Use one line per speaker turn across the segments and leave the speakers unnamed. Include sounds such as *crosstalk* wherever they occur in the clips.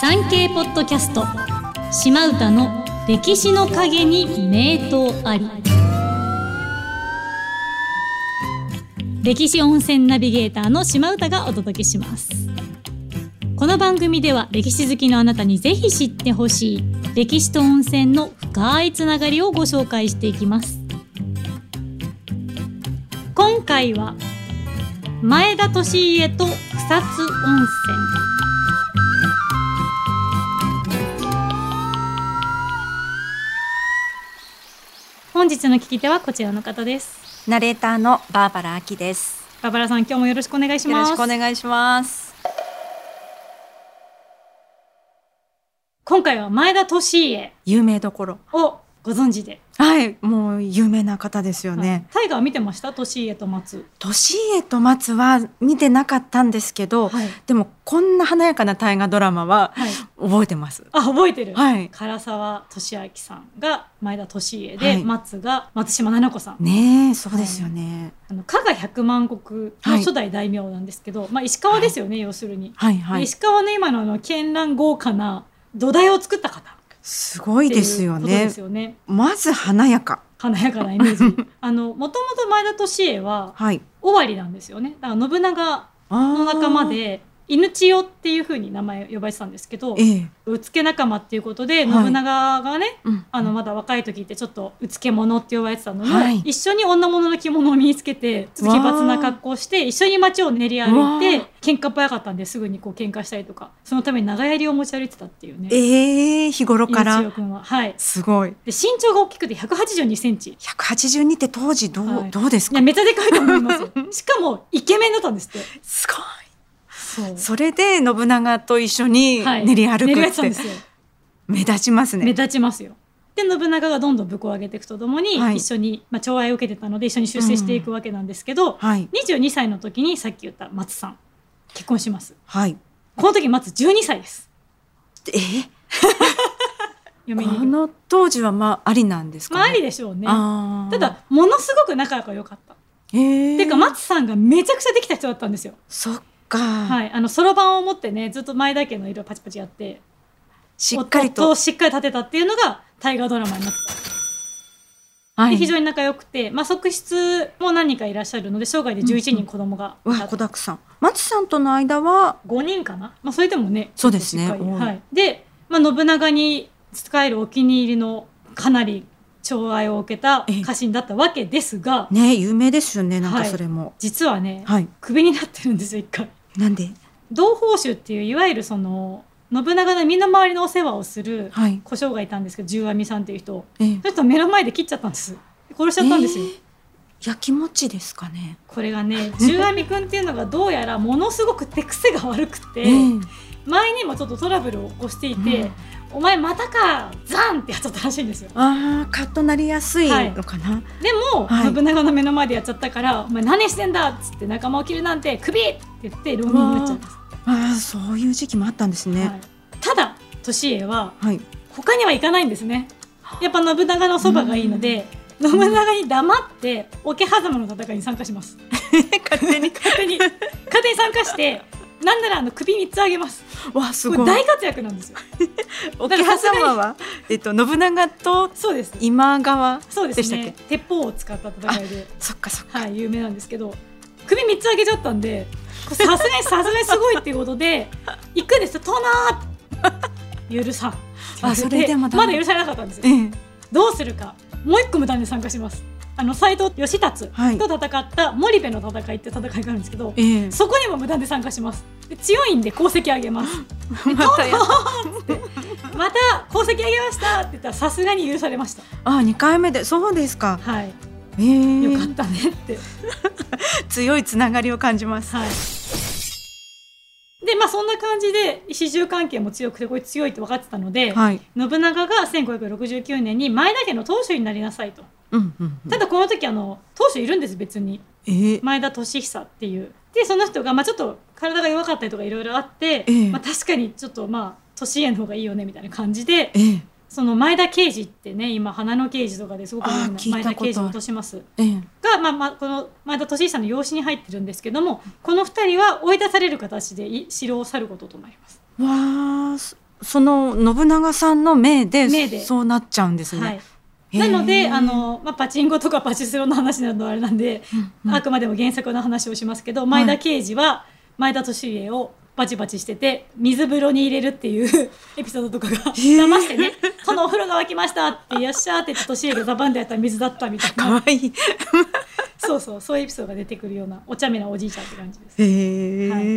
産経ポッドキャスト島唄の歴史の陰に名刀あり歴史温泉ナビゲーターの島唄がお届けしますこの番組では歴史好きのあなたにぜひ知ってほしい歴史と温泉の深いつながりをご紹介していきます今回は前田利家と草津温泉本日の聞き手はこちらの方です。
ナレーターのバーバラアキです。
ババラさん、今日もよろしくお願いし
よ
ま
ろ
す。
しくお願いします。
今回は前田利家
有名どころ。
をご存知で。
はい、もう有名な方ですよね。
はい、タイガー見てました利家と松。
年江と松は見てなかったんですけど、
はい。
でもこんな華やかな大河ドラマは
はい、
覚えてます。
あ、覚えてる。
はい。
唐沢俊明さんが前田利家で、
はい
松が松島菜々子さん
ねえ、そうですよね。
あの加賀百万石の初代大名なんですけど、まあ、石川ですよね、要するに、
はいはい。
石川の今のあの絢爛豪華な土台を作った方って
すごい
いう
ですよ
ことで
ね
す。よね
まず華やか。
華やかなイメー
*laughs*
ジあのもともと前田利家は
はい。
尾張なんですよねだから信長の仲間で犬千代っていう風に名前を呼ばれてたんですけど
あー。ええ。
うつけ仲間っていうことで
い
信長がね、
うん
あのまだ若い時ってちょっとうつけ者って呼ばれてたのも、
はい
一緒に女物の着物を身につけてちょっと奇抜な格好をして一緒に街を練り歩いて
わ
喧嘩っ早かったんですぐにこう喧嘩したりとかそのために長槍を持ち歩いてたっていうね
ええ日頃
犬
か
千代
ら。
君は。はい、
すごい。
で身長が大きくて1 8 2センチ
182って当時どう、
はい
どうです
い
か
や。めっちゃでかいと思い
*laughs*
ますよしかもイケメンだったんですって
すごい。
そう
それで信長と一緒に
はい
練り歩
練
く
り歩い
って
たんですよ
目立ちます
目
ね。
立ちますよで信長がどんどん武功を上げていくとともに、
はい
一緒に、まあ、寵愛を受けてたので一緒に出世していくわけなんですけど、
はい
22歳の時にさっき言った松さん結婚します
はい。
この時松12歳です
え
嫁に
こ
行く
の当時はまあありなんですか、ね。
まあありでしょうね
あ
ただものすごく仲が良かった、
えー、
てか松さんがめちゃくちゃできた人だったんですよ
そっか、
はいあのそろばんを持ってねずっと前田家の色をパチパチやって
しっかり
夫
と
をしっかり立てたっていうのが大河ドラマになってた
は
で
い
非常に仲良くて、まあ、側室も何人かいらっしゃるので生涯で11人子供が、
うわ子だくさん。松さんとの間は
5人かな、まあ、それでもね
そうですね
結構しっかり
多い
はい、で、まあ、信長に仕えるお気に入りのかなり寵愛を受けた
ええ
家臣だったわけですが
ね有名ですよねなんかそれも
実はね、
はい、
クビになってるんですよ一回。
なんで
同胞衆っていういわゆるその信長の身の回りのお世話をする
はい
小将がいたんですけど十阿弥さんっていう人を
ええ
その人を目の前で切っちゃったんです殺しちゃったんですよ。
えー焼きもちですかね。
これがね十阿弥くんっていうのがどうやらものすごく手癖が悪くて、
ええ
前にもちょっとトラブルを起こしていて、
うん
お前またかザンってやっちゃったらしいんですよ
ああカッとなりやすいのかな。
でも、
はい
信長の目の前でやっちゃったから「お前何してんだ!」っつって仲間を切るなんてクビって言って浪人になっちゃうんです、
ああそういう時期もあったんですね。
はいただ利家は
はい
他には行かないんですねやっぱ信長のそばがいいので、信長に黙って桶狭間の戦いに参加します
勝手に
*laughs* 勝手に勝手に参加してなんならあの首3つあげます
わす
これ
ごい
大活躍なんですよ
桶狭間は *laughs* えっと信長と
そうです
今川
そうですね
でした
鉄砲を使った戦いで
そっかそっか
はい、有名なんですけど首3つあげちゃったんでこれさす
*laughs*
がにさすがにすごいっていうことで行くんですよ「殿!」許さんって言わ
あそれでもダメ
まだ許されなかったんですよ
ええ
どうするかもう一個無断で参加しますあの斎藤義達
はい
と戦った森部の戦いっていう戦いがあるんですけ *laughs* ど、
ええ
そこにも無断で参加しますで強いんで功績あげます
*laughs* またや
また功績あげましたって言ったらさすがに許されました
あ二回目でそうですか
はい
ええ
よかったねって
強いつながりを感じます
はい。で、まあそんな感じで、四重関係も強くて、これ強いって分かってたので、
はい
信長が1569年に前田家の当主になりなさいと。
うんうんうん
ただこの時、あの、当主いるんです、別に。
ええ
前田利久っていう。で、その人が、まあちょっと体が弱かったりとかいろいろあって、
ええ
まあ確かにちょっとまあ、年家の方がいいよね、みたいな感じで、
ええ
その前田刑事ってね、今、花の刑事とかですごく有名
あー
な
聞いた
前田
ことあ
刑
る
事を落とします。
ええ
が、まあまあ、この前田利久の養子に入ってるんですけどもこの二人は追い出される形でい城を去ることとなります。
わあすその信長さんの命で
命で
そうなっちゃうんですね。
はい、
へ
な
ー
のであ、の、まあ、パチンコとかパチスロの話になるのはあれなんで、
うん
あくまでも原作の話をしますけど前田刑事は前田利家をバチバチしてて水風呂に入れるっていう *laughs* エピソードとかが騙してね「そのお風呂が沸きました」って「よっしゃ」って言って利家がザバンでやったら水だったみたい
かわ
ない
い。
そうそうそういうエピソードが出てくるようなお茶目なおじいちゃんって感じです。
へえ、
でまあ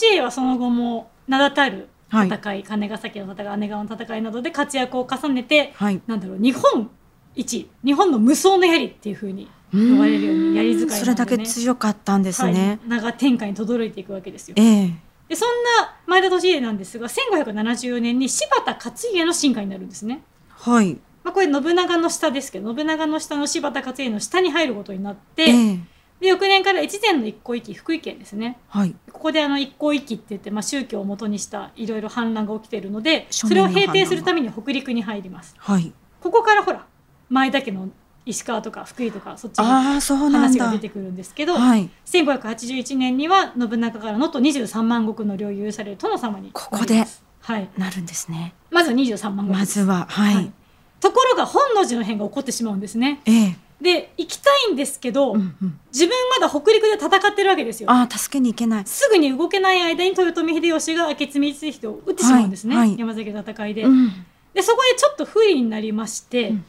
利家はその後も名だたる
はい
戦い、金ヶ崎の戦い姉川の戦いなどで活躍を重ねて、
はい
なんだろう日本一日本の無双の槍っていう風に呼ばれるように槍使いなので、ね、
それだけ強かったんですね。
はい、名が天下に轟いていくわけですよ。
ええ
でそんな前田利家なんですが1574年に柴田勝家の臣下になるんですね。
はい。
まあ、これ信長の下ですけど信長の下の柴田勝家の下に入ることになって、
ええ
で翌年から越前の一向一揆福井県ですね
はい。
ここであの一向一揆って言って、まあ、宗教を元にしたいろいろ反乱が起きているのでそ
庶民
れを
の反乱が
平定するために北陸に入ります
はい。
ここからほら前田家の石川とか福井とかそっちの
ああ、そうなん
話が
だ
出。てくるんですけど、
はい。
1581年には信長からのと23万石の領有される殿様に
ここで、
はい、
なるんですね。
まず23万石
まずは、はい。
はいところが本能寺の変が起こってしまうんですね
ええ
で行きたいんですけど、
うんうん。
自分まだ北陸で戦ってるわけですよ
ああ、助けに行けない。
すぐに動けない間に豊臣秀吉が明智光秀を撃ってしまうんですね、
はいはい
山崎の戦いで,、
うん。
でそこでちょっと不利になりまして、
うん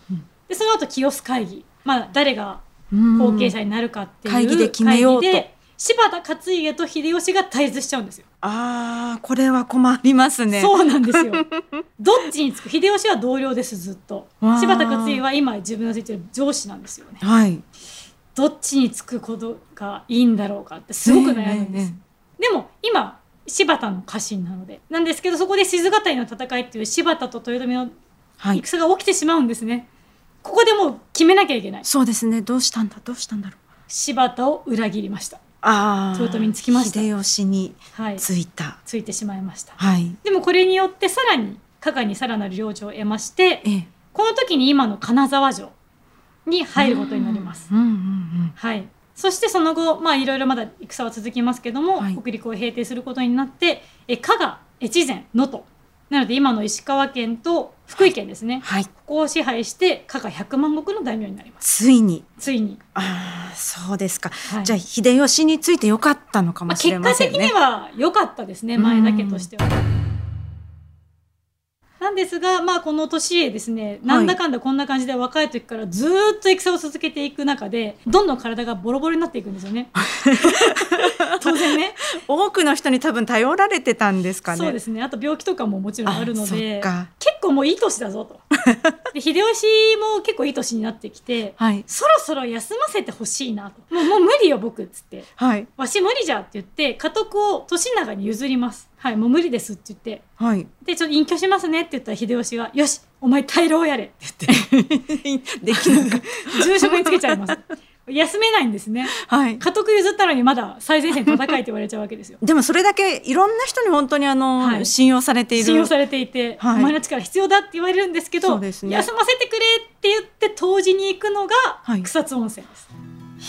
でその後清須会議、まあ、誰が
うん
後継者になるかっていう
会議で決めようと
会議で柴田勝家と秀吉が対立しちゃうんですよ、
ああ、これは困りますね。
そうなんです
*laughs*
よどっちにつく秀吉は同僚ですずっと
わあ
柴田勝家は今自分のついてる上司なんですよね
はい。
どっちにつくことがいいんだろうかってすごく悩むんです、
ええ
でも今柴田の家臣なのでなんですけどそこで静ヶ谷の戦いっていう柴田と豊臣の
はい。
戦が起きてしまうんですね、ここでもう決めなきゃいけない
そうですね。どうしたんだ、どうしたんだろう。
柴田を裏切りました
ああ。
豊臣につきました
秀吉に
はい
ついた。
ついてしまいました
はい。
でもこれによってさらに加賀にさらなる領地を得まして
ええ
この時に今の金沢城に入ることになります、
うんうんうん。
はいそしてその後まあいろいろまだ戦は続きますけども、
はい
北陸を平定することになってえ加賀越前能登なので今の石川県と福井県ですね、
はい。
ここを支配して加賀100万石の大名になります
ついに。
ついに、
ああ、そうですか。
はい
じゃあ、秀吉についてよかったのか
ま
も
あ、
しれ
結
ま
果
せん
的
ね。
には良かったですね
うん
前田家としては。なんですが、まあ、この年へですねなんだかんだこんな感じで若い時からずーっと戦を続けていく中でどんどん体がボロボロになっていくんですよ
*laughs*
ね。当然ね
多くの人に多分頼られてたんですかね。。
そうですすねあと病気とかももちろんあるの
そ
で
っか。
結構もういい年だぞ
*laughs*
とで秀吉も結構いい年になってきて
はい。
そろそろ休ませてほしいなともうもう無理よ僕っつって
はい。
わし無理じゃって言って家督を利長に譲りますはいもう無理ですって言って
はい。 *laughs*
でちょっと隠居しますねって言ったら秀吉が「よしお前大老やれ」って
できなかっ
重職につけちゃいます
*laughs*
休めないんですね
た。はい。
家督譲ったのにまだ最前線戦いって言われちゃうわけですよ
でもそれだけいろんな人に本当にあの、
はい
信用されている。
信用されていて、
は
お
い
前の力必要だって言われるんですけ
そ
ど
うですね
休ませてくれって言って湯治に行くのが
はい
草津温泉です。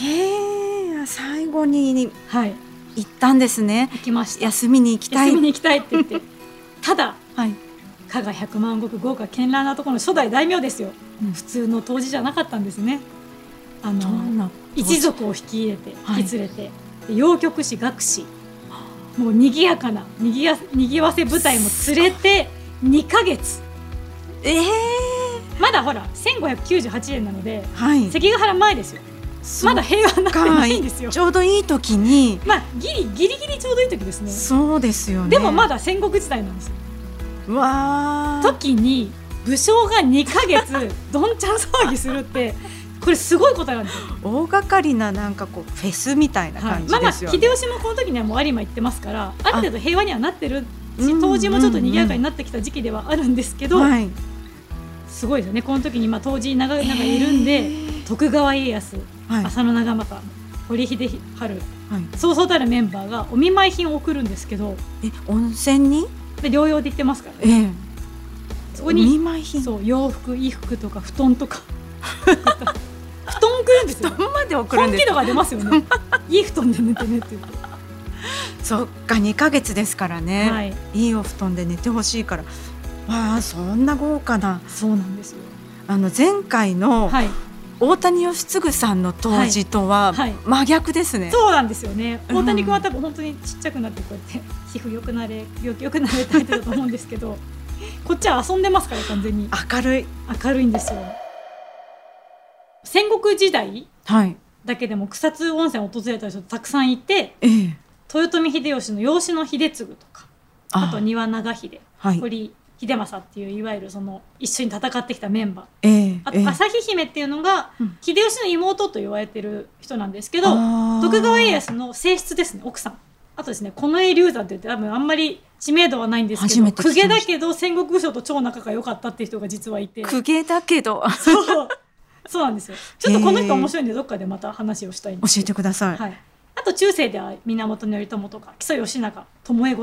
へえ、最後に
はい、
行ったんですね。
行きました
休みに行きたい。
休みに行きたいって言っ
*laughs*
てただ
はい。
加賀百万石豪華絢爛なところの初代大名ですよ、
うん
普通の湯治じゃなかったんですね。あ
ど
の
んな
一族を引き入れて
はい
引き連れて、で洋曲師楽師もう賑やかなにぎやにぎわせ舞台も連れて2ヶ月
ええ
まだほら1598年なので
はい。
関ヶ原前ですよまだ平和になってないんですよ
ちょうどいい時に。
まあギリギリギリちょうどいい時ですね
そうですよね。
でもま
だ。
だ戦国時代なんですよ
わあ。
時に武将が2ヶ月どんちゃん騒ぎするってこれすごいことなんですよ、
大掛かりななんかこうフェスみたいな
はい
感じ
まあまあ
です
秀
よね。
吉もこの時にはもう有馬行ってますからある程度平和にはなってる
う
し
ん
当時もちょっと賑やかになってきた時期ではあるんですけど、
はい。
すごいですよねこの時にまあ当時長々いるんで、
えー
徳川家康
はい。
浅野長政堀秀治
はい。
そうそうたるメンバーがお見舞い品を送るんですけど
え、温泉に。
で療養で行ってますからね
ええ。
そ
お
こに
見舞い品。
そう洋服衣服と *laughs* か布団とか布団来るんですよ
布団まで送るん
本
で
気
す
度
か。
が出ますよねいい布団で寝てねって言って
そっか2ヶ月ですからね、、
はいい、
いお布団で寝てほしいからわあそんな豪華な
そうなんですよ。
あの前回の
はい、
大谷義嗣さんの当時とは
はいはい
真逆ですね、
そうなんですよね。
うん
大谷君は多分本当にちっちゃくなってこうやって皮膚良くなれ病気良くなれタイプだと思うんですけど、こっちは遊んでますから完全に
明るい
明るいんですよ。戦国時代
はい
だけでも草津温泉を訪れた人たくさんいて、
ええ
豊臣秀吉の養子の秀次とか、あと丹羽長秀、
はい
堀秀政っていういわゆるその一緒に戦ってきたメンバー。
ええ
あ
ええ
と旭姫っていうのが
うん
秀吉の妹と言われてる人なんですけど、
あー
徳川家康の正室ですね奥さんあとですね近衛龍山って言って多分あんまり知名度はないんですけ
初
ど
めて聞き
公
ました
家だけど戦国武将と超仲が良かったっていう人が実はいて
公家だけど教
そうそうなんですよちょっとこの人面白いんでどっかでまた話をしたいんです
えてください、
はい、あと中世では源頼朝とか木曽義仲巴御前
わ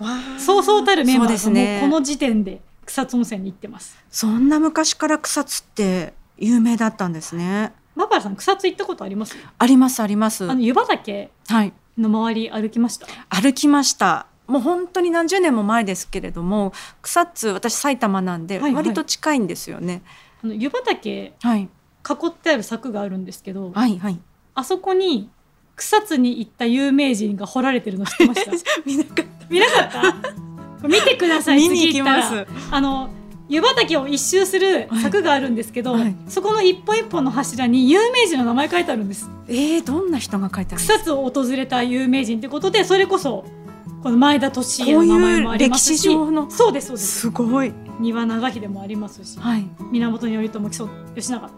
あ
そうそうたるメンバー
そう
が
で
もうこ
すね
の時点で草津温泉に行ってます
そんな昔から草津って有名だったんですね
ババラさん草津行ったことあります
ありますあります
あの湯畑
はい
の周り歩きました
歩きましたもう本当に何十年も前ですけれども草津私埼玉なんで
はいはい
割と近いんですよね
あの湯畑囲
はい
ってある柵があるんですけど
はいはい
あそこに草津に行った有名人が掘られてるの知ってま
*laughs*
した
見なかった
見なかったこれ見てください
見に行
次
き
行った
ま
ら
す
あの湯畑を一周する柵があるんですけど、
はいはい
そこの一本一本の柱に有名人の名前書いてあるんです
えー、どんな人が書いてあるんですか
草津を訪れた有名人ってことでそれこそこの前田利家
こ
の
う
名前も
い
あ
う
りま
歴
す
史
し
上の
そうですそうです
すごい
丹羽長秀もありますし
はい、
源頼朝木曽義仲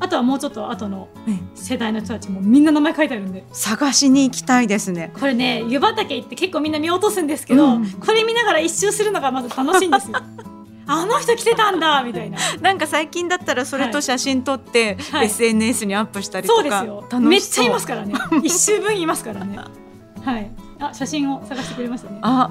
あとはもうちょっと後の
ね、
世代の人たちもみんな名前書いてあるんで
探しに行きたいですね
これね湯畑行って結構みんな見落とすんですけど、
うん
これ見ながら一周するのがまず楽しいん
*laughs*
ですよあの人来てたんだみたいな
なんか最近だったらそれと写真撮って、
はい
SNS にアップしたりと
そう
か
ですよ
楽しそう
めっちゃいますから
*laughs*
ね一周分いますからねはいあ写真を探してくれましたね
あ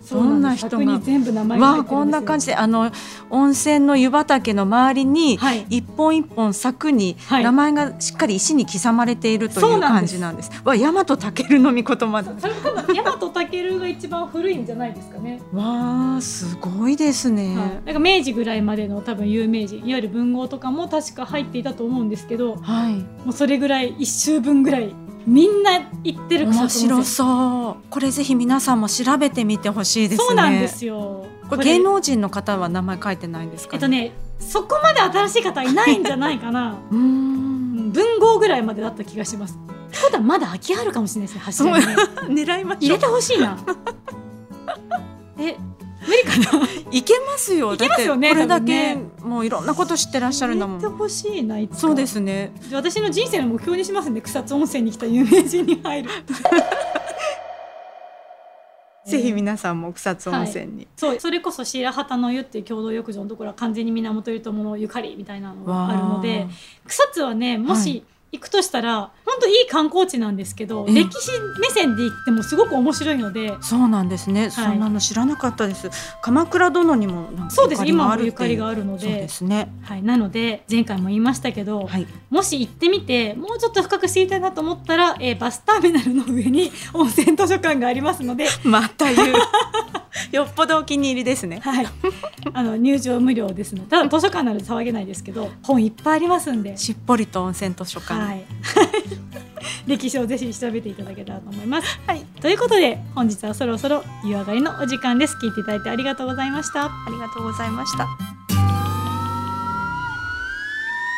そうなんです
そんな人
柵
が
に全部名前が
わ
入
あ
ってる
こ
で
ん
すよ
な感じであの温泉の湯畑の周りに、
はい
一本一本柵に
はい
名前がしっかり石に刻まれていると
そ
いうう
なん
感
です
じなんです。わ大和健の御事まで。
それ多分大和尊が一番古いんじゃないですかね、
わあすごいですね。
はい、なんか明治ぐらいまでの多分有名人いわゆる文豪とかも確か入っていたと思うんですけど
はい。
もうそれぐらい一周分ぐらいみんな行ってる草
面
津温
白
泉
そう。これぜひ皆さんも調べてみてほしいですね。
そうなんですよ。
これ芸能人の方は名前書いてないんです
え
か、
っと。ね、そこまで新しい方はいないんじゃないかな。
うー。
うんん文豪ぐらいまでだった気がします。ってことはまだ空きあるかもしれないですね。柱にね
狙いま
入
しょ
れ
う。
てほしいな。 *laughs* え、
いけますよ。
いけますよね
だってこれだけ、
多
もういろんなこと知ってらっしゃるんだも
入れて
ん。
ほしいな。いつか
そうで。すね。
じゃあ私の人生の目標にしますんで、草津温泉に来た有名人に入る。
*laughs* ぜひ皆さんも草津温泉に。
そうそれこそ白旗の湯っていう共同浴場のところは完全に源頼朝のゆかりみたいなのがあるので
わあ
草津はねも
は
し行くとしたら、本当いい観光地なんですけど
ええ
歴史目線で行ってもすごく面白いので
そうなんですね、そんなの知らなかったです鎌倉殿にもなんか
そうです
ゆかりが
今も
あるっていう
ゆかりがあるの
そう
で
ですね
はい、なので前回も言いましたけど、
はい
もし行ってみてもうちょっと深く知りたいなと思ったら、えーバスターミナルの上に *laughs* 温泉図書館がありますので、
また言う *laughs* よっぽどお気に入りですね
はい、あの入場無料ですのでただ図書館なので騒げないですけど本いっぱいありますんで。
しっぽりと温泉図書館
はい、 *laughs* 歴史をぜひ調べていただけたらと思います。
はい、
ということで本日はそろそろ湯上がりのお時間です。聞いていただいてありがとうございました。
ありがとうございました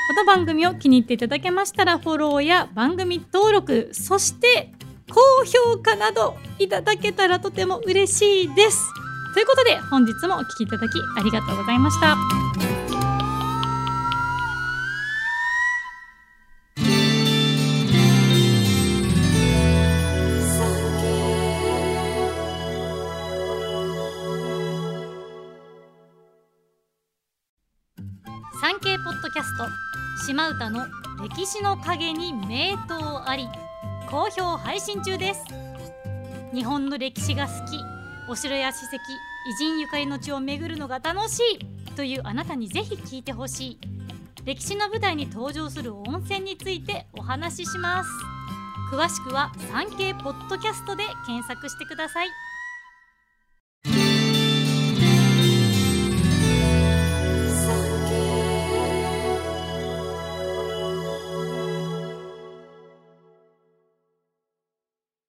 この番組を気に入っていただけましたらフォローや番組登録そして高評価などいただけたらとても嬉しいです。ということで本日もお聞きいただきありがとうございました。産経ポッドキャスト島唄の歴史の陰に名刀あり好評配信中です日本の歴史が好きお城や史跡偉人ゆかりの地を巡るのが楽しいというあなたにぜひ聞いてほしい歴史の舞台に登場する温泉についてお話しします詳しくは産経ポッドキャストで検索してください